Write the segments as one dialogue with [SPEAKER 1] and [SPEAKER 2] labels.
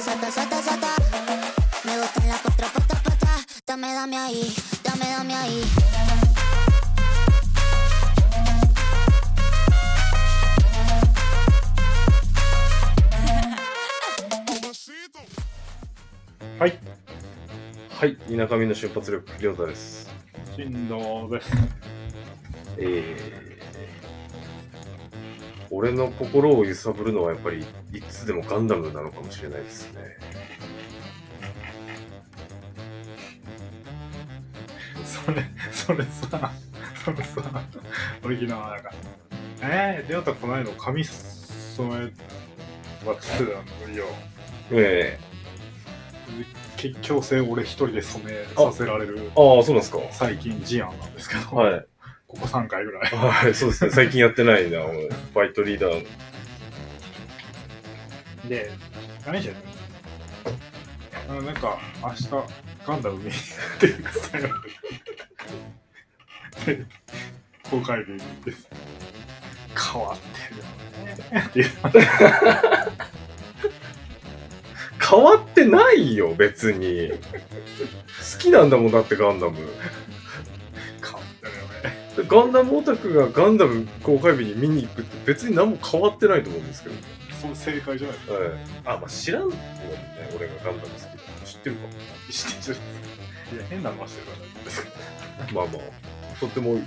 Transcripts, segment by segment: [SPEAKER 1] sata, sata, sata. Me gustan las cuatro patas, patas. Dame, dame ahí, dame, dame ahí.
[SPEAKER 2] Despacito.
[SPEAKER 3] はい、
[SPEAKER 4] はい、みなかみの出発力、りょうたです。
[SPEAKER 3] 振動です。
[SPEAKER 4] えー、俺の心を揺さぶるのはやっぱり、いつでもガンダムなのかもしれないですね。
[SPEAKER 3] それ、それさ、それさ、俺昨日なんか、えー、りょうたこないの髪染めはつってたのよ。
[SPEAKER 4] え
[SPEAKER 3] 結強制俺一人で染めさせられる
[SPEAKER 4] えああ、そうなんですか。
[SPEAKER 3] 最近事案なんですけど、
[SPEAKER 4] はい。
[SPEAKER 3] ここ3回ぐらい。
[SPEAKER 4] はい、そうですね。最近やってないな、俺バイトリーダー。
[SPEAKER 3] で、何してんのあのなんか、明日、ガンダム見に行ってくださいよって。で、公開日に行って、変わってるよね。っていう
[SPEAKER 4] 変わってないよ、別に。好きなんだもんだって、ガンダム。
[SPEAKER 3] 変わってるよね。
[SPEAKER 4] ガンダムオタクがガンダム公開日に見に行くって別に何も変わってないと思うんですけど。
[SPEAKER 3] その正解じゃない
[SPEAKER 4] はい。あ、まあ、知らんもんね。俺がガンダム好きだから知ってるかも。
[SPEAKER 3] 知ってるいや、変な話してるからですけど
[SPEAKER 4] まあまあ、とってもい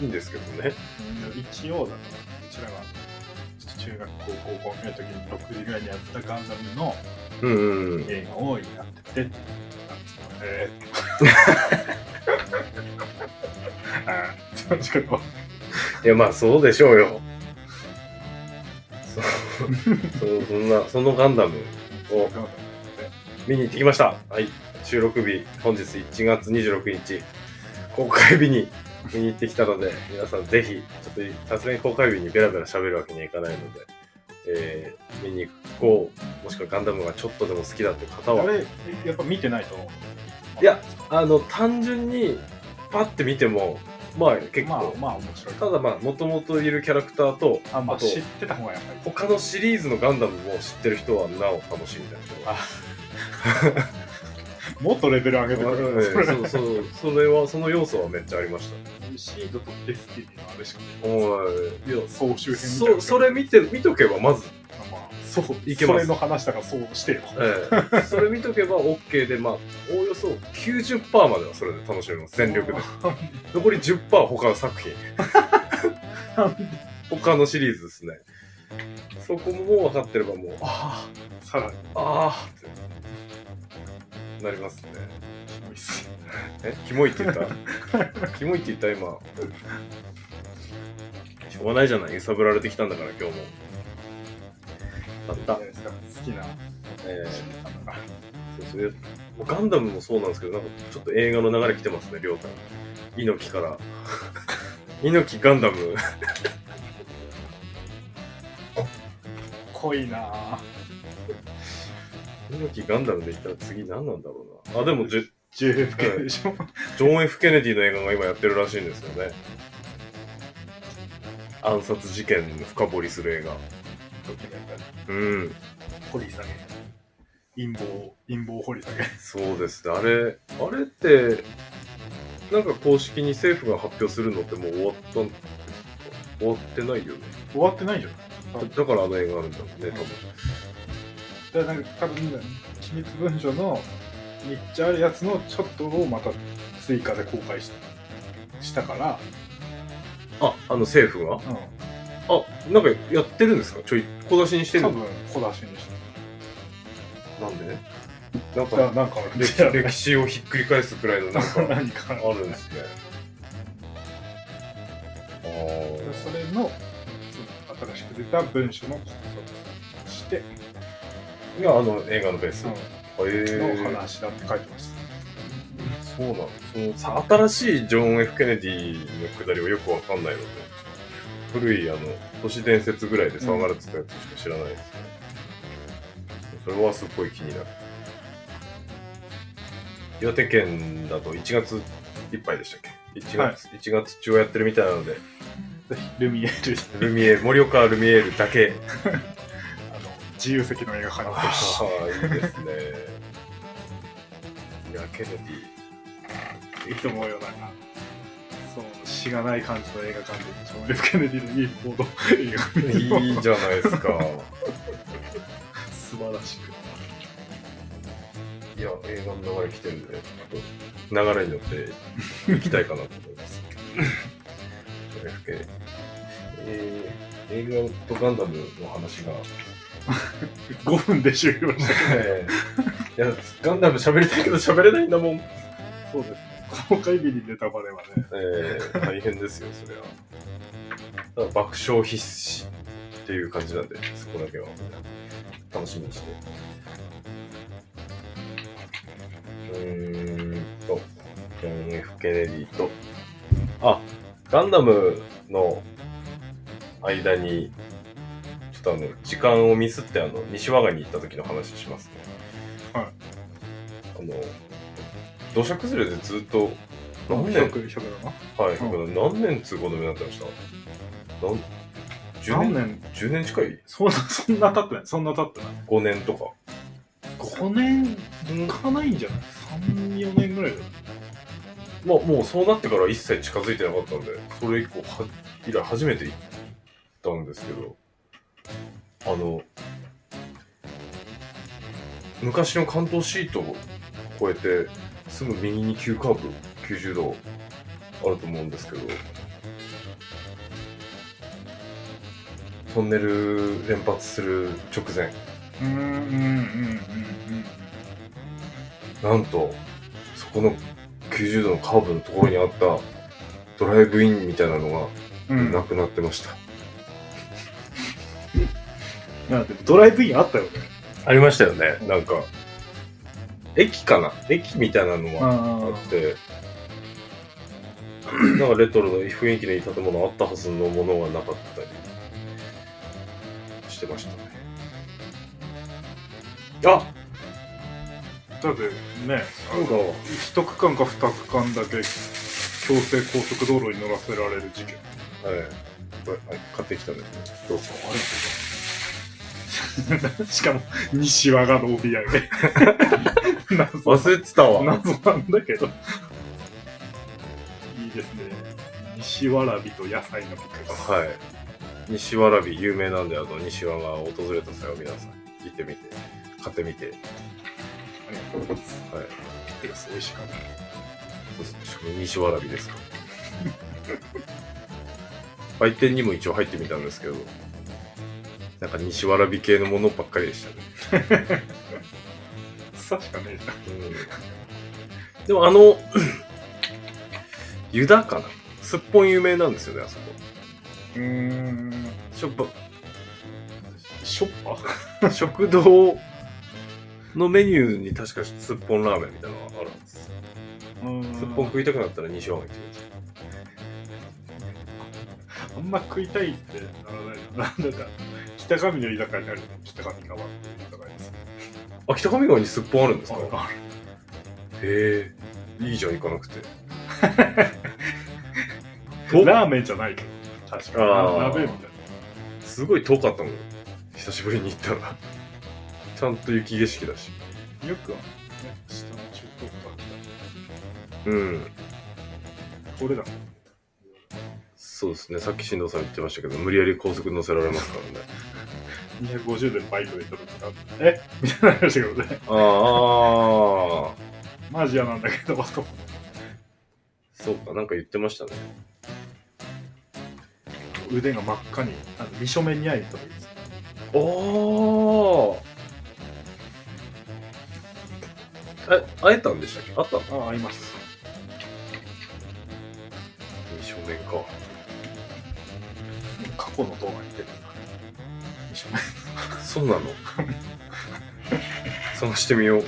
[SPEAKER 4] いんですけどね。
[SPEAKER 3] 一応だから、うちらが、ちょっと中学校、高校見るときに6時ぐらいにやってたガンダムの
[SPEAKER 4] うんうん。
[SPEAKER 3] 映画をやってて、なんつうのえ ー、あーそうですけど、
[SPEAKER 4] いや、まあ、そうでしょうよ。 そそそんな、そのガンダムを
[SPEAKER 3] ガンダム
[SPEAKER 4] 見に行ってきました。はい。収録日、本日1月26日、公開日に見に行ってきたので、皆さんぜひ、ちょっとさすがに公開日にベラベラ喋るわけにはいかないので、えー見に行こう。もしくはガンダムがちょっとでも好きだって方は
[SPEAKER 3] あ、れ、やっぱ見てないと思う。
[SPEAKER 4] いや、あの、単純に、パッて見ても、まあ結構、
[SPEAKER 3] まあまあ面白い。
[SPEAKER 4] ただまあ、もともといるキャラクターと、
[SPEAKER 3] あ、まあ
[SPEAKER 4] あと
[SPEAKER 3] 知ってた方がやっぱり。
[SPEAKER 4] 他のシリーズのガンダムも知ってる人はなお楽しいみたいな人が。
[SPEAKER 3] もっとレベル上げてくれる。それ
[SPEAKER 4] そうそう、それは、その要素はめっちゃありました。
[SPEAKER 3] シードとデスティニーのあれしかない。
[SPEAKER 4] おい。いや、
[SPEAKER 3] 総集編みたい
[SPEAKER 4] そ
[SPEAKER 3] な。
[SPEAKER 4] それ見て、見とけば、まず、
[SPEAKER 3] まあ、
[SPEAKER 4] そう、いけ
[SPEAKER 3] そ
[SPEAKER 4] ま
[SPEAKER 3] れ
[SPEAKER 4] す
[SPEAKER 3] の。話だからそうしてよ。
[SPEAKER 4] ええ、それ見とけば OK で、まあ、おおよそ90%まではそれで楽しめます、全力で。残り10%は他の作品。他のシリーズですね。そこも分かってればもう、あ
[SPEAKER 3] さらに、
[SPEAKER 4] あ、ああってなりますね。
[SPEAKER 3] キモいっす。
[SPEAKER 4] え、キモいって言ったキモいって言った今。しょうがないじゃない、揺さぶられてきたんだから今日も。だっ
[SPEAKER 3] 好
[SPEAKER 4] た。
[SPEAKER 3] きな、
[SPEAKER 4] ええ
[SPEAKER 3] あの
[SPEAKER 4] そうそうもうガンダムもそうなんですけど、なんかちょっと映画の流れ来てますね、りょうたに。猪木から。 猪木ガンダム。
[SPEAKER 3] 濃いなぁ。
[SPEAKER 4] 猪木ガンダムで言ったら次何なんだろうな。あ、でもジョ、
[SPEAKER 3] JFK でしょ。
[SPEAKER 4] ジョン・ F ・ケネディの映画が今やってるらしいんですよね。暗殺事件の深掘りする映画。うん。
[SPEAKER 3] 掘り下げ。陰謀、陰謀掘り下げ。
[SPEAKER 4] そうですね。あれ、あれって、なんか公式に政府が発表するのってもう終わったんですか終わってないよね。
[SPEAKER 3] 終わってないじゃん。
[SPEAKER 4] だだからあの映画あるんだもんね、多分。
[SPEAKER 3] だからなんか多分、機密文書のめっちゃあるやつのちょっとをまた追加で公開ししたから、
[SPEAKER 4] あ、あの政府が
[SPEAKER 3] う
[SPEAKER 4] あ、なんかやってるんですかちょい小出しにして
[SPEAKER 3] ん、
[SPEAKER 4] る
[SPEAKER 3] 多
[SPEAKER 4] の
[SPEAKER 3] 分小出しにした。
[SPEAKER 4] なんでな
[SPEAKER 3] だ
[SPEAKER 4] ん
[SPEAKER 3] から
[SPEAKER 4] か
[SPEAKER 3] なんか
[SPEAKER 4] 歴
[SPEAKER 3] じゃあ
[SPEAKER 4] 歴史をひっくり返すくらいのなんか
[SPEAKER 3] 何か
[SPEAKER 4] あるんです ね。あー
[SPEAKER 3] それのその新しく出た文書のして、
[SPEAKER 4] いや、あの映画のベース。
[SPEAKER 3] うん
[SPEAKER 4] へえ
[SPEAKER 3] の話だって書いてました。
[SPEAKER 4] そうなのそのさ新しいジョン・ F ・ケネディのくだりはよくわかんないので、古いあの都市伝説ぐらいで騒がれてたやつしか知らないですね。それはすっごい気になる。岩手県だと1月いっぱいでしたっけ ?1
[SPEAKER 3] はい
[SPEAKER 4] 月、1月中はやってるみたいなので、
[SPEAKER 3] ぜひ、ルミエールに、
[SPEAKER 4] ルミエール、盛岡ルミエールだけ、
[SPEAKER 3] あの、自由席の映画館に
[SPEAKER 4] ああ、いいですね。 いや、ケネ
[SPEAKER 3] い
[SPEAKER 4] デ
[SPEAKER 3] いと思うよ、なんか。その、しがない感じの映画館で、ジョン・ F ・ケネディのいい行動映画見るの
[SPEAKER 4] ィ。いいじゃないですか。
[SPEAKER 3] 素晴らしく。
[SPEAKER 4] いや、映画の流れ来てるんで、ちょっと流れに乗って行きたいかなと思い ます。それだけえー、映画とガンダムの話が、
[SPEAKER 3] 5分で終了した。
[SPEAKER 4] えー いや、ガンダム喋りたいけど喋れないんだもん。え
[SPEAKER 3] そうですね。公開日にネタバレはね。
[SPEAKER 4] ー、大変ですよ、それは。ただ爆笑必至っていう感じなんで、そこだけは楽しみにして。うーんと、ジョン・ F ・ケネディと、あ、ガンダムの間に、ちょっとあの、時間をミスって、あの、西和賀に行った時の話しますね。
[SPEAKER 3] はい
[SPEAKER 4] あの、土砂崩れでずっと、何年、
[SPEAKER 3] 100、100だな。
[SPEAKER 4] はい、
[SPEAKER 3] う
[SPEAKER 4] 何年通行止めになってましたなん10
[SPEAKER 3] 何
[SPEAKER 4] 年
[SPEAKER 3] 年
[SPEAKER 4] ?10 年近い
[SPEAKER 3] そんな、そんな経ってない。そんな経ってない。
[SPEAKER 4] ?5 年とか。
[SPEAKER 3] 5年、いかないんじゃない ?3、4年ぐらいだよ。
[SPEAKER 4] まあ、もうそうなってから一切近づいてなかったんで、それ以降は、以来初めて行ったんですけど、あの、昔の関東シートを越えて、すぐ右に急カーブ、90度あると思うんですけど、トンネル連発する直前、
[SPEAKER 3] うん、うん、うん、うん、
[SPEAKER 4] なんと、そこの90度のカーブのところにあったドライブインみたいなのが
[SPEAKER 3] うん。うん、
[SPEAKER 4] なくなってました。
[SPEAKER 3] なんでドライブインあったよね。
[SPEAKER 4] ありましたよね。なんか、駅かな駅みたいなのが
[SPEAKER 3] あ
[SPEAKER 4] あって、 なんかレトロの雰囲気のいい建物あったはずのものがなかったりしてましたね。あ
[SPEAKER 3] だってね、
[SPEAKER 4] そうだわ。
[SPEAKER 3] 一区間か二区間だけ強制高速道路に乗らせられる事件。
[SPEAKER 4] はい。これ、はい買ってきたんですね。どうぞ。
[SPEAKER 3] しかも、西和賀の帯合いで。謎
[SPEAKER 4] 忘れてた わ。
[SPEAKER 3] 謎なんだけど。いいですね。西わらびと野菜のピクルス。
[SPEAKER 4] はい。西わらび有名なんで、あの、西和が訪れた際は皆さん、行ってみて、買ってみて、はい。
[SPEAKER 3] ありがとうございます。ピクルス美味しかった。
[SPEAKER 4] そうですね。しかも西わらびですか。 売店にも一応入ってみたんですけど、なんか西わらび系のものばっかりでしたね。
[SPEAKER 3] さしかねえじゃん。
[SPEAKER 4] うん、でも あの、湯田かなすっぽん有名なんですよね、あそこ。
[SPEAKER 3] うーん。
[SPEAKER 4] しょっぱ
[SPEAKER 3] しょっぱ
[SPEAKER 4] 食 堂のメニューに確かすっぽんラーメンみたいなのがあるんですよすっぽん食いたくなったら西和が行ってください
[SPEAKER 3] あんま食いたいってならないな。なんだか、北上の居酒屋にあるの北上川っていう居酒屋です。
[SPEAKER 4] あ北上川にすっぽんあるんですか
[SPEAKER 3] あ
[SPEAKER 4] へえいいじゃん行かなくて
[SPEAKER 3] る
[SPEAKER 4] と
[SPEAKER 3] ラーメンじゃないけど。確かに。
[SPEAKER 4] あー
[SPEAKER 3] 鍋みたいな。
[SPEAKER 4] すごい遠かったもん久しぶりに行ったら ちゃんと雪景色だし
[SPEAKER 3] よくは、ね、下の中東部から来
[SPEAKER 4] うん
[SPEAKER 3] た。これだ。
[SPEAKER 4] そうですねさっき進藤さん言ってましたけど無理やり高速乗せられますからね
[SPEAKER 3] 250でバイクで行った時があって、えみたいな話がね、
[SPEAKER 4] あーあー
[SPEAKER 3] マジ嫌なんだけど、と思って
[SPEAKER 4] そうかなんか言ってましたね
[SPEAKER 3] 腕が真っ赤に、あの、二正面に会いに行った時です。
[SPEAKER 4] おおえ会えたんでしたっけあったの
[SPEAKER 3] ああ、会いました。
[SPEAKER 4] 二正面か
[SPEAKER 3] 過去の動画に 出てた。二正面。
[SPEAKER 4] そ うなの探してみよう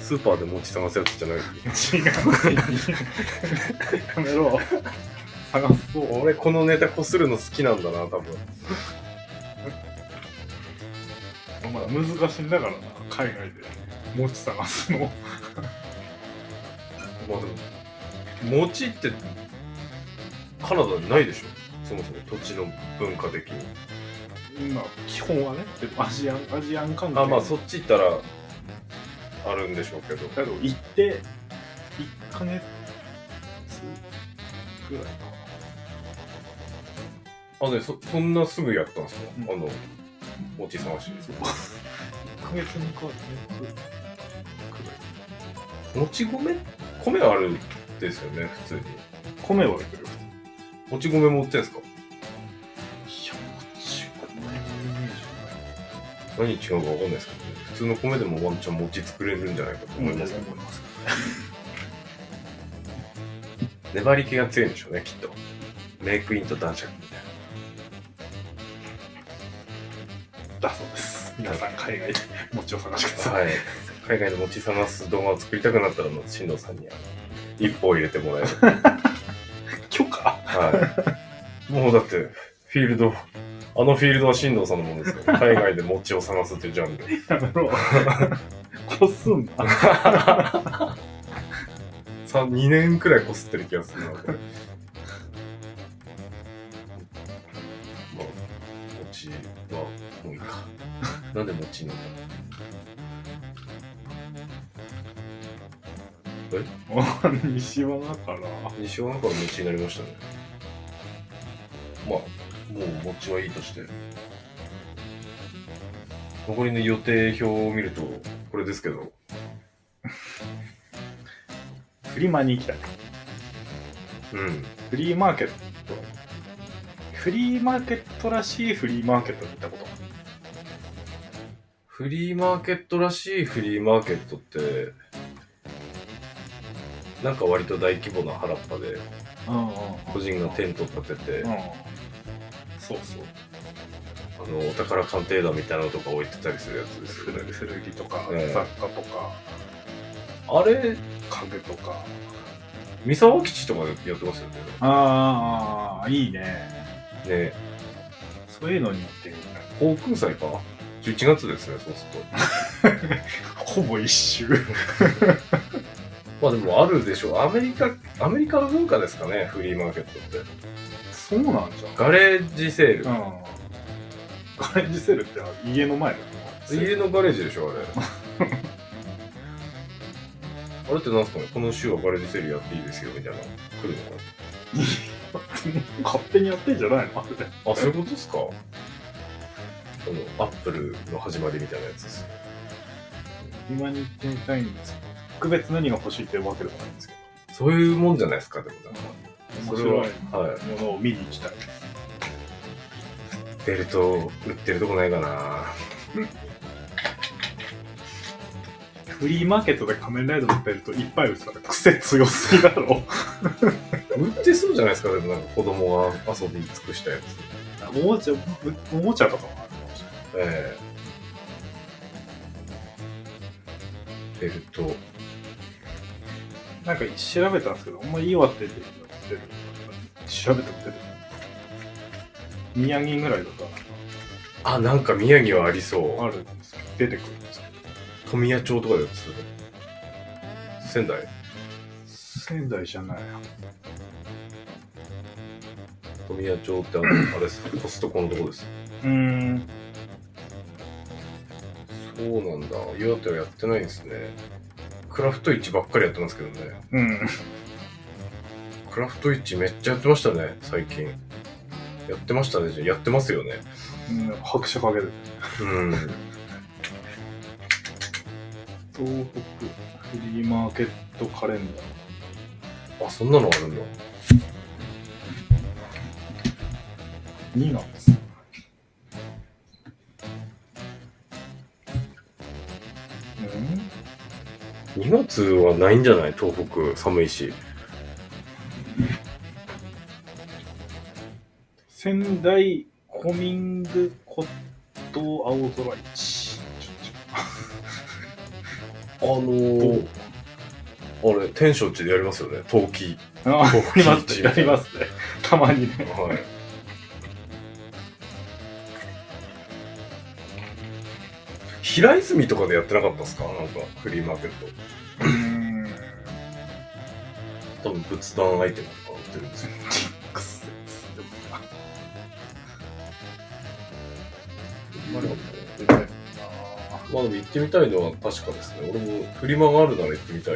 [SPEAKER 4] スーパーで持ち探すやつじゃない
[SPEAKER 3] 違う。やめろ。探そう。
[SPEAKER 4] 俺このネタこするの好きなんだな多分
[SPEAKER 3] まあ難しいんだからな、海外で。持ち探すの。
[SPEAKER 4] まあでも餅ってカナダにないでしょそもそも土地の文化的に
[SPEAKER 3] まあ、基本はね、でもアジアン、アジアン関係
[SPEAKER 4] あまあそっち行ったらあるんでしょうけど
[SPEAKER 3] だけど行って、1ヶ月ぐらいか
[SPEAKER 4] あねそそんなすぐやったんですか、
[SPEAKER 3] うん
[SPEAKER 4] あのおじさん足
[SPEAKER 3] な。そう。1ヶ月にか、ね、くらい。
[SPEAKER 4] もち米米あるんですよね普通に
[SPEAKER 3] 米は行くよ。
[SPEAKER 4] もち米持ってんすか
[SPEAKER 3] いや、もち米のイメージ
[SPEAKER 4] 何違うか分かんないですけど、ね、普通の米でもワンチャン餅作れるんじゃないかと思いますけど、
[SPEAKER 3] 思います。
[SPEAKER 4] 粘り気が強いんでしょうねきっとメイクインと男爵みたいな
[SPEAKER 3] だそうです。皆さん、海外で餅を探してください。
[SPEAKER 4] はい、海外の持ちさます動画を作りたくなったら、もう進藤さんにあの一歩を入れてもらえる。
[SPEAKER 3] 許可
[SPEAKER 4] はい、もうだって、フィールド、あのフィールドは進藤さんのものですから、海外で持ちを探すというジャンル。
[SPEAKER 3] やめ ろ。こすんな。
[SPEAKER 4] さ2年くらいこすってる気がするな、これ。まあ、持ちはもういいか。なんで持ちなんだ
[SPEAKER 3] 西はだから、
[SPEAKER 4] 西尾なんかは餅になりましたねまあもう餅はいいとして残りの予定表を見るとこれですけど
[SPEAKER 3] フリマに行きたい。
[SPEAKER 4] うん
[SPEAKER 3] フリーマーケット。フリーマーケットらしいフリーマーケットに行ったこと。
[SPEAKER 4] フリーマーケットらしいフリーマーケットってなんか割と大規模な原っぱで
[SPEAKER 3] うんうん
[SPEAKER 4] 個人がテント立てて、
[SPEAKER 3] う
[SPEAKER 4] あ
[SPEAKER 3] ん。そうそう。
[SPEAKER 4] のお宝鑑定団みたいなのとか置いてたりするやつですよね
[SPEAKER 3] 古着とか、
[SPEAKER 4] うん
[SPEAKER 3] 雑貨とか、
[SPEAKER 4] あれ
[SPEAKER 3] 家具とか。
[SPEAKER 4] 三沢基地とかでやってますよね
[SPEAKER 3] ああ、いいね。
[SPEAKER 4] ね
[SPEAKER 3] そういうのに行ってみたい。
[SPEAKER 4] 航空祭か11月ですねそうすると
[SPEAKER 3] ほぼ一周。
[SPEAKER 4] まあでもあるでしょう。アメリカ、アメリカの文化ですかね、フリーマーケットって。
[SPEAKER 3] そうなんじゃん。
[SPEAKER 4] ガレージセール。
[SPEAKER 3] うん。ガレージセールって家の前だよ。
[SPEAKER 4] 家のガレージでしょ、あれ。 あれってなんすかね、この週はガレージセールやっていいですよ、みたいな。来るのか
[SPEAKER 3] 勝手にやってんじゃないのあれ
[SPEAKER 4] なあ、そういうことですかこのアップルの始まりみたいなやつです。
[SPEAKER 3] 今に行ってみたいんですよ特別何が欲しいってわけでもないんですけ
[SPEAKER 4] そういうもんじゃないですか、でもなんか。
[SPEAKER 3] ど
[SPEAKER 4] そ
[SPEAKER 3] 面
[SPEAKER 4] れは
[SPEAKER 3] 白い、
[SPEAKER 4] はい。
[SPEAKER 3] ものを見に行きたい
[SPEAKER 4] ベルト売ってるとこないかな。
[SPEAKER 3] フリーマーケットで仮面ライダーのベルトいっぱい売ってたら癖強すぎだろ
[SPEAKER 4] 売ってそうじゃないですか、でもなんか子供が遊び尽くしたやつ。
[SPEAKER 3] おもちゃおもちゃとかもあるかもしれない
[SPEAKER 4] ええベルト。
[SPEAKER 3] なんか調べたんですけどあんまいいわって出てる出てる調べても出てる宮城ぐらいだと
[SPEAKER 4] あ、なんか宮城はあ
[SPEAKER 3] な
[SPEAKER 4] り
[SPEAKER 3] んか
[SPEAKER 4] そ
[SPEAKER 3] あるんですけど出てくるんですけど
[SPEAKER 4] う。富谷町とかでやってたね仙台
[SPEAKER 3] 仙台じゃない
[SPEAKER 4] 富谷町ってあのあれ です。コストコのとこです。
[SPEAKER 3] うーん
[SPEAKER 4] そうなんだ。岩手はやってないんですね。クラフト市ばっかりやってますけどね。
[SPEAKER 3] うん
[SPEAKER 4] クラフト市めっちゃやってましたね、最近。やってましたね。やってますよね。
[SPEAKER 3] うん拍手かけてる
[SPEAKER 4] うん。
[SPEAKER 3] 東北フリーマーケットカレンダー
[SPEAKER 4] あ、そんなのあるんだ。
[SPEAKER 3] 2月
[SPEAKER 4] 2月はないんじゃない東北寒いし。
[SPEAKER 3] 仙台コミングコット青空市
[SPEAKER 4] あのー、あれ、天正地でやりますよね、陶器。
[SPEAKER 3] ありますね
[SPEAKER 4] 東北
[SPEAKER 3] やりますねたまにね
[SPEAKER 4] はい。平泉とかでやってなかったですかなんか、フリーマーケット。多分仏壇アイテムとか売ってるんですよ。
[SPEAKER 3] くっせまり全然あ
[SPEAKER 4] まあでも行ってみたいのは確かですね。俺もフリマがあるなら行ってみたい。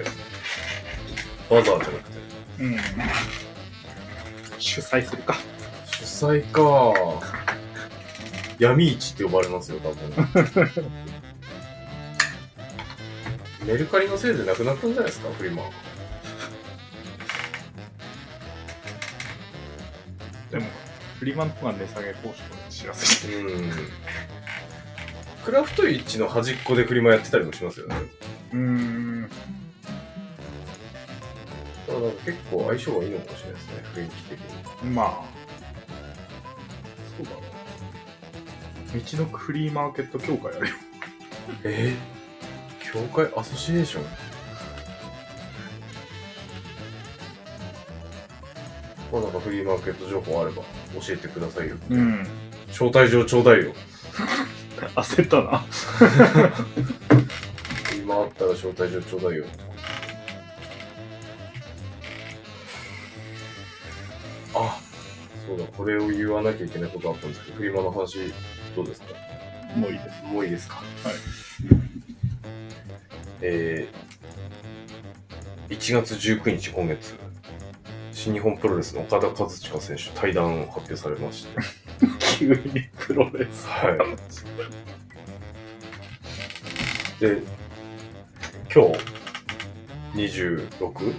[SPEAKER 4] バザーじゃなくて。
[SPEAKER 3] ーうん主催するか
[SPEAKER 4] 主催か。闇市って呼ばれますよ、多分。 メルカリのせいでなくなったんじゃないですか、フリマ。
[SPEAKER 3] でもフリマの方が値下げ交渉しやすい
[SPEAKER 4] うん。クラフト市の端っこでフリマやってたりもしますよね。
[SPEAKER 3] うーん
[SPEAKER 4] だからなんか結構相性がいいのかもしれないですね、雰囲気的に。
[SPEAKER 3] まあそうだな道のくフリーマーケット協会あるよ
[SPEAKER 4] えー、教会アソシエーションまあなんかフリーマーケット情報あれば教えてくださいよ。
[SPEAKER 3] うん
[SPEAKER 4] 招待状ちょうだいよ。
[SPEAKER 3] 焦ったな
[SPEAKER 4] 今あったら招待状ちょうだいよ。あ、そうだ、これを言わなきゃいけないことあったんですけど、フリマの話どうですか
[SPEAKER 3] もういいです。
[SPEAKER 4] もういいですか。はいえー、1月19日、今月、新日本プロレスの岡田和親選手、対談を発表されまして、
[SPEAKER 3] 急にプロレス
[SPEAKER 4] はい。で、今日、26?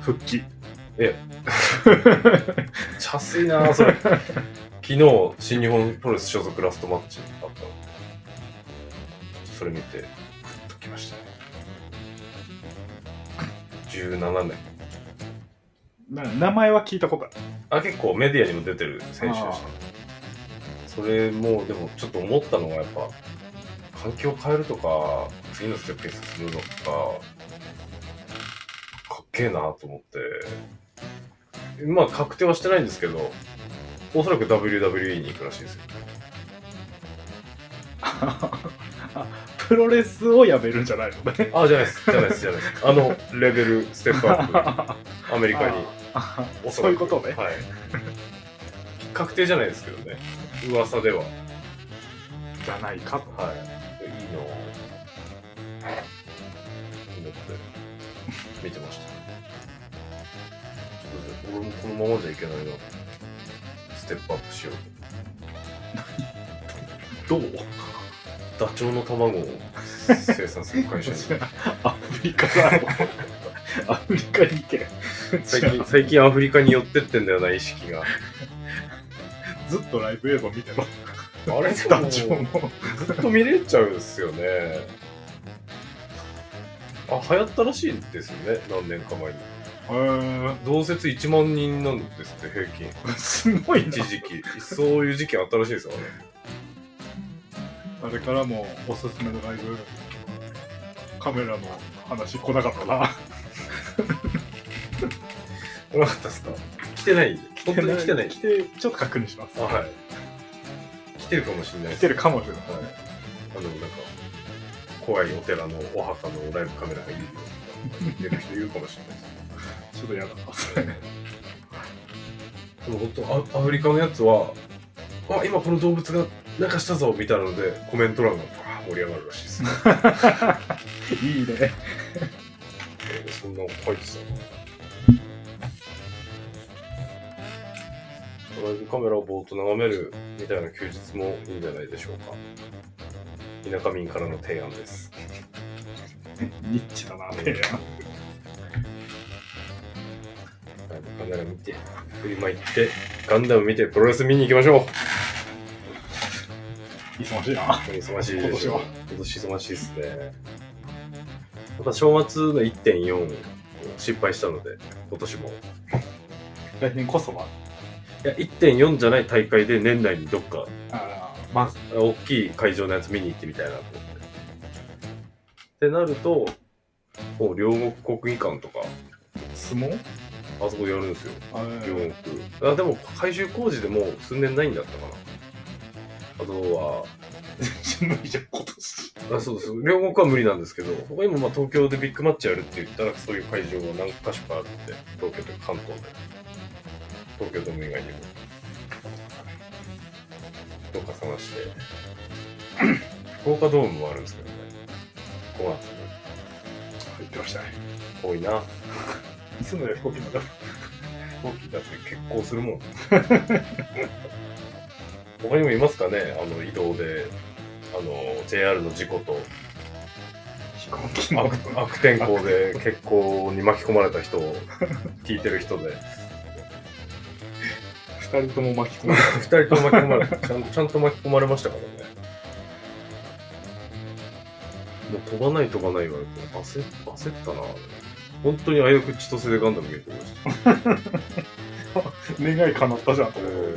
[SPEAKER 3] 復帰
[SPEAKER 4] ちゃすいなそれ。昨日、新日本プロレス所属ラストマッチあったの。それ見て、グッときましたね。17年。
[SPEAKER 3] な名前は聞いたことある
[SPEAKER 4] あ、結構メディアにも出てる選手でしたね。それも、でもちょっと思ったのがやっぱ、環境を変えるとか、次のステップに進むのとか、かっけえなと思って。まあ確定はしてないんですけど、おそらく WWE に行くらし いですよ。
[SPEAKER 3] あプロレスをやめるんじゃないのね
[SPEAKER 4] あ、じゃないです、じゃないです、じゃないです。あの、レベル、ステップアッ プ、アメリカに。
[SPEAKER 3] あ
[SPEAKER 4] お
[SPEAKER 3] そういうことね
[SPEAKER 4] はい。確定じゃないですけどね。噂では。
[SPEAKER 3] じゃないかと
[SPEAKER 4] はい。いいのを思って見てました。ちょっと俺もこのままじゃいけないな。ステップアップしよう
[SPEAKER 3] どう
[SPEAKER 4] と。ダチョウの卵 を生産する会社に。
[SPEAKER 3] アフリカだ ろアフリカに行け
[SPEAKER 4] 最近、最近アフリカに寄ってってんだよな、意識が。
[SPEAKER 3] ずっとライブ映像見てます
[SPEAKER 4] あ れ
[SPEAKER 3] ダチョウの
[SPEAKER 4] ずっと見れちゃうんですよね。あ、流行ったらしいですよね、何年か前に。
[SPEAKER 3] え
[SPEAKER 4] 同説1万人なんですって、平均。
[SPEAKER 3] ーすごい
[SPEAKER 4] 一
[SPEAKER 3] な
[SPEAKER 4] 時期。そういう時期あったらしいですよ、ね。
[SPEAKER 3] あれからもおすすめのライブカメラの話来なかったな
[SPEAKER 4] 来なかったですか来てない本当に来てな い
[SPEAKER 3] 来てちょっと確認します
[SPEAKER 4] あはい。来てるかもしれない
[SPEAKER 3] 来
[SPEAKER 4] です
[SPEAKER 3] てるかもしれない
[SPEAKER 4] はい。あの、なんか、怖いお寺のお墓のライブカメラがいるよとか言ってる人いるかもしれないです。
[SPEAKER 3] ちょっと嫌だな
[SPEAKER 4] でも本当アアフリカのやつはあ今この動物がなんかしたぞみたいなのでコメント欄がバーッ盛り上がるらしいですね
[SPEAKER 3] いいね
[SPEAKER 4] えーそんなの書いてたなライブカメラをぼーっと眺めるみたいな休日もいいんじゃないでしょうか田舎民からの提案です
[SPEAKER 3] ニッチだな提案
[SPEAKER 4] ライブカメラ見てフリマ行ってガンダム見てプロレス見に行きましょう
[SPEAKER 3] 忙しいな
[SPEAKER 4] 忙しいで
[SPEAKER 3] 今
[SPEAKER 4] し
[SPEAKER 3] 年
[SPEAKER 4] ょ
[SPEAKER 3] は
[SPEAKER 4] 今年忙しいですねまた正月の1.4を失敗したので今年も
[SPEAKER 3] 来年こそはい
[SPEAKER 4] や1.4じゃない大会で年内にどっか
[SPEAKER 3] あーまず
[SPEAKER 4] 大きい会場のやつ見に行ってみたいなと思ってってなるともう両国国技館とか
[SPEAKER 3] 相撲
[SPEAKER 4] あそこでやるんですよ
[SPEAKER 3] あー
[SPEAKER 4] 両国あでも改修工事でもう数年ないんだったかなあとは
[SPEAKER 3] 全然無理じゃん今年
[SPEAKER 4] あそうです両国は無理なんですけど、他にもまあ東京でビッグマッチやるって言ったら、そういう会場が何か所かあるって、東京とか関東で、東京ドーム以外にも、どっか探して、 福岡ドームもあるんですけどね。5月に。
[SPEAKER 3] 言ってましたね。
[SPEAKER 4] 多いな。
[SPEAKER 3] いつの飛行機なんだ
[SPEAKER 4] 飛行機だって結構するもん。 他にもいますかねあの移動で、あの、JR の事故と、
[SPEAKER 3] 飛行機の
[SPEAKER 4] 悪悪天候で結婚に巻き込まれた人を聞いてる人で、
[SPEAKER 3] 二人とも巻き 込まれ
[SPEAKER 4] 二人とも巻き込まれちゃん、ちゃんと巻き込まれましたからね。もう飛ばない飛ばない言われて、焦っ焦ったな。本当に危うく千歳でガンダムゲットしました。
[SPEAKER 3] た。願い叶ったじゃんと思う。
[SPEAKER 4] うん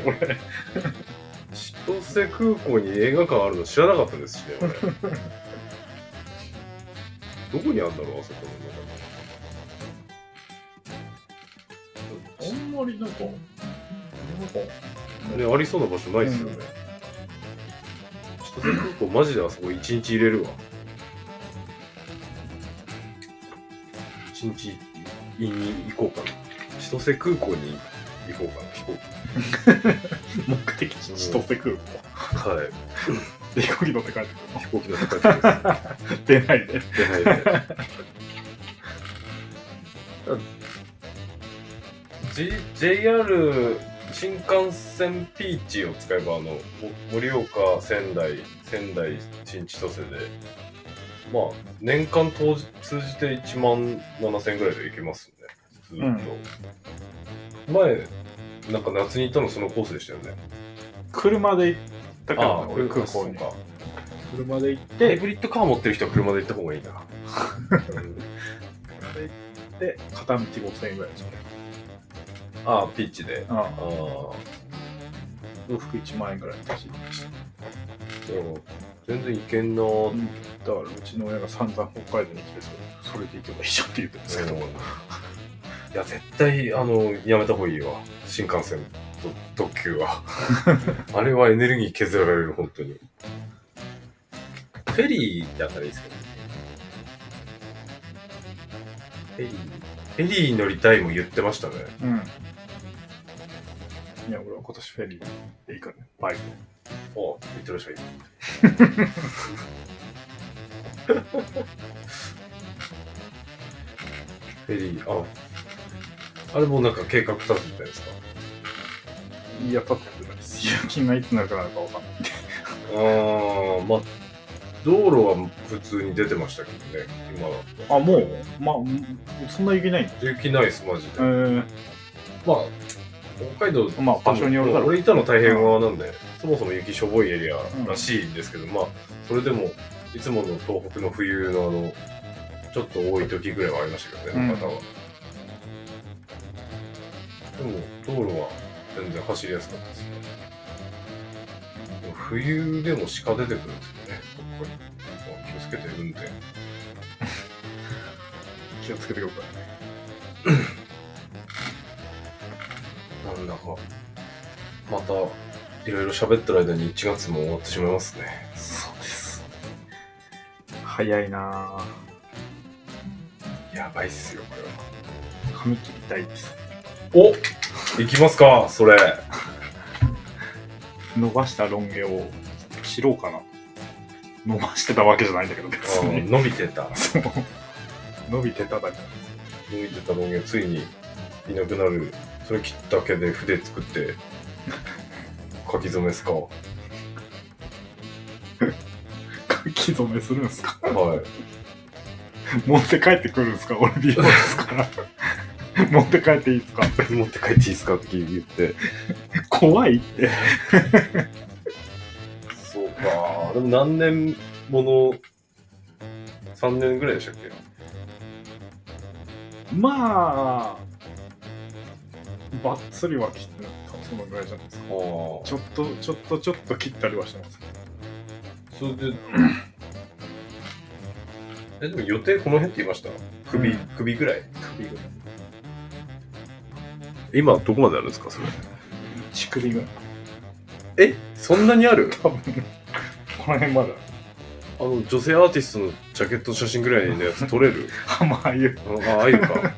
[SPEAKER 4] 千歳空港に映画館あるの知らなかったですしね俺どこにあるんだろうあそこ
[SPEAKER 3] あんまりなんか、なんか、
[SPEAKER 4] の中ねありそうな場所ないですよね、千歳空港マジであそこ一日入れるわ一日に行こうかな千歳空港に行こうかな飛行
[SPEAKER 3] 目的地千歳空港。
[SPEAKER 4] 機はい
[SPEAKER 3] で 飛行機乗って帰ってくるの
[SPEAKER 4] 飛行機の高いとこです
[SPEAKER 3] 出ないで。
[SPEAKER 4] 出ないで。J- JR 新幹線ピーチを使えばあのお盛岡仙台仙台新千歳でまあ年間通じ通じて1万7000ぐらいで行けますよねずーっと、前なんか夏に行ったのそのコースでしたよね
[SPEAKER 3] 車で行ったからね、俺空港
[SPEAKER 4] そう
[SPEAKER 3] に。
[SPEAKER 4] か
[SPEAKER 3] 車で行っ
[SPEAKER 4] ハイ
[SPEAKER 3] て、
[SPEAKER 4] ブリッドカー持ってる人は車で行った方が いいなうん
[SPEAKER 3] 車で行って、片道5000円ぐらいですよね。
[SPEAKER 4] ああピーチで
[SPEAKER 3] うん
[SPEAKER 4] ああ
[SPEAKER 3] 往復1万円ぐらいだし。だ
[SPEAKER 4] でも全然いけんなーって
[SPEAKER 3] から、うちの親が散々北海道に来て、それそれで行けばいいじゃんって言ってるんですけど。
[SPEAKER 4] いや絶対あのやめた方がいいわ新幹線と特急 はあれはエネルギー削られる本当にフェリーだからいいですけどねフェリーフェリー乗りたいも言ってましたね
[SPEAKER 3] うん。いや、俺は今年フェリーで行くね。バイク。
[SPEAKER 4] おう言ってました 今フェリーああれもなんか計画立ててたんですか
[SPEAKER 3] いや、立ってないです。夕勤がいつになるかなのかわかんない。
[SPEAKER 4] ああ、まあ、道路は普通に出てましたけどね、今だと。
[SPEAKER 3] あ、もうまあうん、そんな雪ないんだ。
[SPEAKER 4] 雪ないです、マジで。
[SPEAKER 3] えー、
[SPEAKER 4] まあ、北海道、
[SPEAKER 3] まあ場所によるだろう
[SPEAKER 4] 俺いたの太平洋側なんで、そもそも雪しょぼいエリアらしいんですけど、まあ、それでも、いつもの東北の冬のあの、ちょっと多い時ぐらいはありましたけどね、
[SPEAKER 3] うん
[SPEAKER 4] 方は。でも、道路は全然走りやすかったですね。でも冬でも鹿出てくるんですよね、ここに気をつけて運転。
[SPEAKER 3] 気をつけてください。
[SPEAKER 4] なんだか、また、いろいろ喋ってる間に1月も終わってしまいますね。
[SPEAKER 3] そうです。早いなぁ。
[SPEAKER 4] やばいっすよ、これは。
[SPEAKER 3] 髪切りたいです。
[SPEAKER 4] お行きますか、それ。
[SPEAKER 3] 伸ばしたロン毛を切ろうかな。伸ばしてたわけじゃないんだけど、別に。
[SPEAKER 4] 伸びてた。
[SPEAKER 3] そう。伸びてただけなんです。
[SPEAKER 4] 伸びてたロン毛、ついにいなくなる。それ切った毛で筆作って、書き初めっすか。は
[SPEAKER 3] 書き初めするんすか
[SPEAKER 4] い。
[SPEAKER 3] 持って帰ってくるんすか俺美容ですから。持って帰っていいですか
[SPEAKER 4] 持って帰っていいですかって言って。
[SPEAKER 3] 怖いって。
[SPEAKER 4] そうか。でも何年もの、3年ぐらいでしたっけ
[SPEAKER 3] まあ、ばっつりは切ってなかった。そのぐらいじゃないですか。
[SPEAKER 4] あ
[SPEAKER 3] ち
[SPEAKER 4] あ
[SPEAKER 3] ょっと、ちょっと、ちょっと切ったりはしてます。
[SPEAKER 4] それで、え、でも予定この辺って言いました首、
[SPEAKER 3] うん
[SPEAKER 4] 首ぐらい
[SPEAKER 3] 首ぐらい。
[SPEAKER 4] 今どこまであるんですかそ
[SPEAKER 3] 乳首ぐらい。
[SPEAKER 4] れ。えそんなにある
[SPEAKER 3] 多分、この辺まだ。
[SPEAKER 4] あの、女性アーティストのジャケットの写真ぐらいのやつ撮れる
[SPEAKER 3] まあ、いう。
[SPEAKER 4] あ、ああいう か。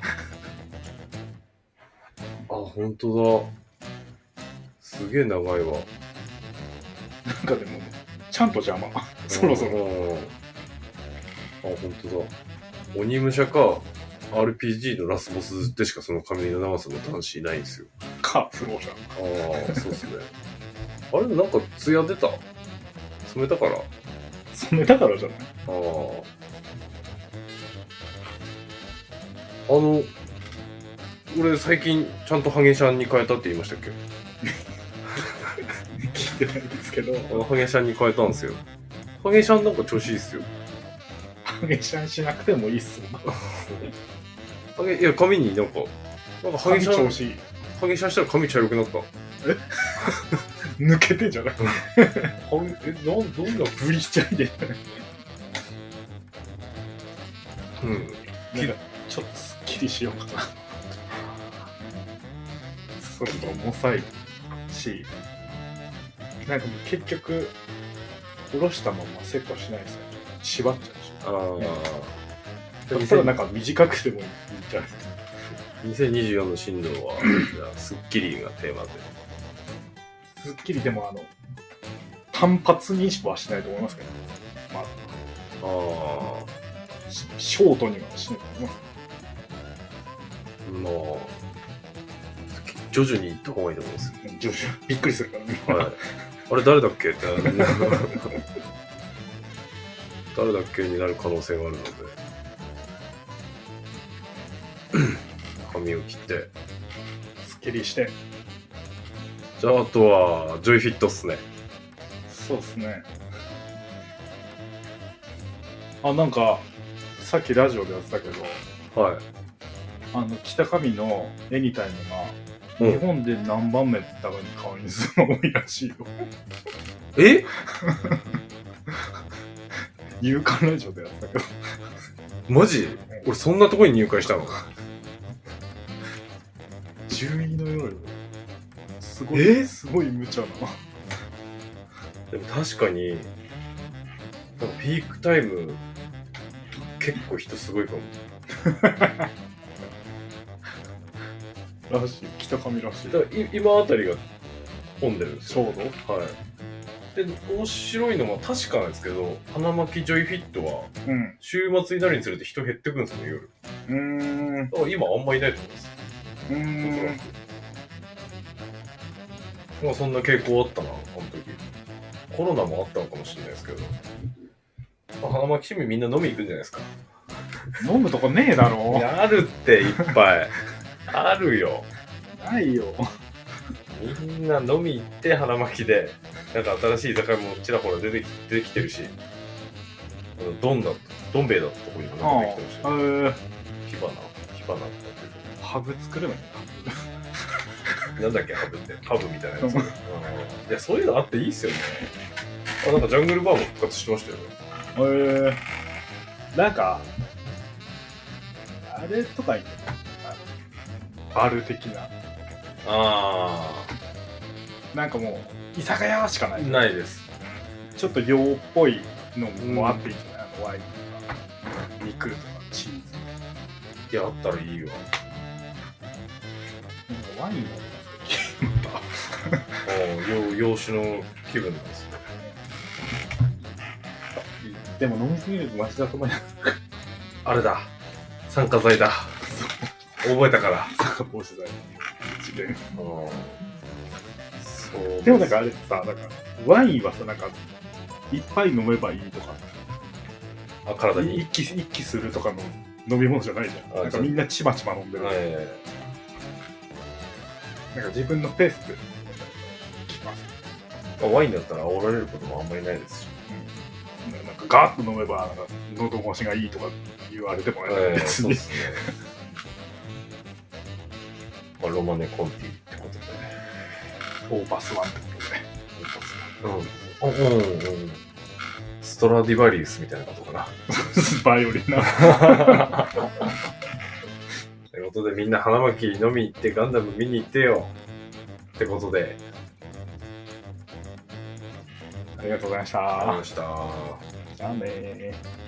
[SPEAKER 4] あ、ほんとだ。すげえ長いわ。
[SPEAKER 3] なんかでも、ちゃんと邪魔。そろそろ。
[SPEAKER 4] ろ。あ、本当だ。鬼武者か、RPG のラスボスでしかその髪の長さの男子いないんですよ。
[SPEAKER 3] か、プロじゃん。
[SPEAKER 4] ああ、そうですね。あれ、なんか、艶出た染めたから。あ
[SPEAKER 3] 染めたからじゃない
[SPEAKER 4] あ。あの、俺最近ちゃんとハゲシャンに変えたって言いましたっけ
[SPEAKER 3] 聞いてないんですけど、
[SPEAKER 4] あのハゲシャンに変えたんですよ。ハゲシャンなんか調子いいっすよ。
[SPEAKER 3] ハゲシャンしなくてもいいっすもんな。
[SPEAKER 4] ハゲ、いや、髪になんか、なんかハ
[SPEAKER 3] ハ
[SPEAKER 4] ゲ
[SPEAKER 3] ゲ
[SPEAKER 4] シャ
[SPEAKER 3] 調
[SPEAKER 4] ン、
[SPEAKER 3] 子いい。
[SPEAKER 4] ハゲシャンしたら髪茶色くなった。
[SPEAKER 3] 抜けてんじゃない
[SPEAKER 4] ハゲ、え、なん、どんな、
[SPEAKER 3] ブリしちゃいで。
[SPEAKER 4] うん。
[SPEAKER 3] なんかちょっとすっきりしようかな。そうか、重さいし、なんかもう結局、下ろしたままセットしないですよ。縛っちゃうでし
[SPEAKER 4] ああ。
[SPEAKER 3] ょ。だったらなんか短くてもいいんじゃない
[SPEAKER 4] 2024の進路は、じゃあ、スッキリがテーマで。
[SPEAKER 3] すっきりでもあの、単発にしはしないと思いますけど、まあ、
[SPEAKER 4] ああ。
[SPEAKER 3] シショートにはしないと思います。
[SPEAKER 4] まあ、徐々に行った方がいいと思うんです
[SPEAKER 3] 徐々にびっくりするからね。
[SPEAKER 4] よ。はい。あれ、誰だっけ ってなる。誰だっけになる可能性があるので。 髪を切って。
[SPEAKER 3] すっきりして。
[SPEAKER 4] じゃあ、あとは、ジョイフィットっすね。
[SPEAKER 3] そうですね。あ、なんか、さっきラジオでやってたけど、
[SPEAKER 4] は
[SPEAKER 3] あの、北上のエニタイム
[SPEAKER 4] い。
[SPEAKER 3] が、
[SPEAKER 4] う
[SPEAKER 3] 日
[SPEAKER 4] ん、
[SPEAKER 3] 本で何番目だかに可愛いするの多いらしいよ。
[SPEAKER 4] え
[SPEAKER 3] 有感ラジオでやってたけど。
[SPEAKER 4] マジ俺、そんなとこに入会したの
[SPEAKER 3] 10位のようよ。すご
[SPEAKER 4] え
[SPEAKER 3] い、すごい無茶な。
[SPEAKER 4] でも確かに、なんかピークタイム、結構人すごいかも。
[SPEAKER 3] らしい。北上らしい
[SPEAKER 4] だ。からい今あたりが混んでるんです
[SPEAKER 3] ち
[SPEAKER 4] よ。
[SPEAKER 3] ょうど
[SPEAKER 4] はい。で、面白いのは確かなんですけど、花巻ジョイフィットは、
[SPEAKER 3] うん。
[SPEAKER 4] 週末になるにつれて人減ってくんですよね、夜。
[SPEAKER 3] うーん。う
[SPEAKER 4] だから今あんまいないと思います。
[SPEAKER 3] ー
[SPEAKER 4] おそら
[SPEAKER 3] ん。
[SPEAKER 4] く。まあそんな傾向あったな、あの時。コロナもあったのかもしれないですけど。まあ、花巻市民みんな飲み行くんじゃないですか。
[SPEAKER 3] 飲むとこねえだ
[SPEAKER 4] い
[SPEAKER 3] ろ。
[SPEAKER 4] やあるっていっぱい。あるよ。
[SPEAKER 3] ないよ。
[SPEAKER 4] みんな飲み行って腹巻きで、なんか新しい居酒屋もちらほら出てき出てきてるし、あのどんだ、どん兵衛だったとこにも
[SPEAKER 3] あ
[SPEAKER 4] 出てきてるし、
[SPEAKER 3] あ。うん。
[SPEAKER 4] 火花、火花だっ
[SPEAKER 3] ハブ作ればいい
[SPEAKER 4] たけど、なんだっけ、ハブって、ハブみたいなやつ。うんいや、そういうのあっていいっすよね。あなんかジャングルバーも復活してましたよね。
[SPEAKER 3] へえなんか、あれとかいいねあのバル的な。
[SPEAKER 4] あ
[SPEAKER 3] なんかもう、居酒屋しかない。
[SPEAKER 4] ないです。
[SPEAKER 3] ちょっと洋っぽいのもあっていいんじゃない、あのワインとか、肉とかチーズ。
[SPEAKER 4] いや、あったらいいわ。
[SPEAKER 3] なんかワインの
[SPEAKER 4] ああ、洋洋酒の気分なんですね。
[SPEAKER 3] でも飲みすぎると町田ともや
[SPEAKER 4] あれだ、酸化剤だ。覚えたから。
[SPEAKER 3] ったかもしれない。事件
[SPEAKER 4] そう
[SPEAKER 3] でもなんかあれってさ、なんかワインはさ、なんか、いっぱい飲めばいいとか、
[SPEAKER 4] あ体に
[SPEAKER 3] 一気一気するとかの飲み物じゃないじゃ
[SPEAKER 4] あ
[SPEAKER 3] ん。なんかみんなちまちま飲んでる。
[SPEAKER 4] え
[SPEAKER 3] なんか自分のペースで来ます、
[SPEAKER 4] えワインだったら煽られることもあんまりないですし、
[SPEAKER 3] うん、なんかガーッと飲めばなんか喉越しがいいとか言われてもあれだけど 別
[SPEAKER 4] そう
[SPEAKER 3] に、
[SPEAKER 4] ですねまあロマネコンティってことで
[SPEAKER 3] オーバスワンってことで
[SPEAKER 4] うんうんうんうんストラディバリウスみたいなことかな
[SPEAKER 3] バイオリンな
[SPEAKER 4] ということでみんな花巻飲み行ってガンダム見に行ってよってことで
[SPEAKER 3] ありがとうございまし
[SPEAKER 4] ありが
[SPEAKER 3] た
[SPEAKER 4] とうございました
[SPEAKER 3] じゃあねー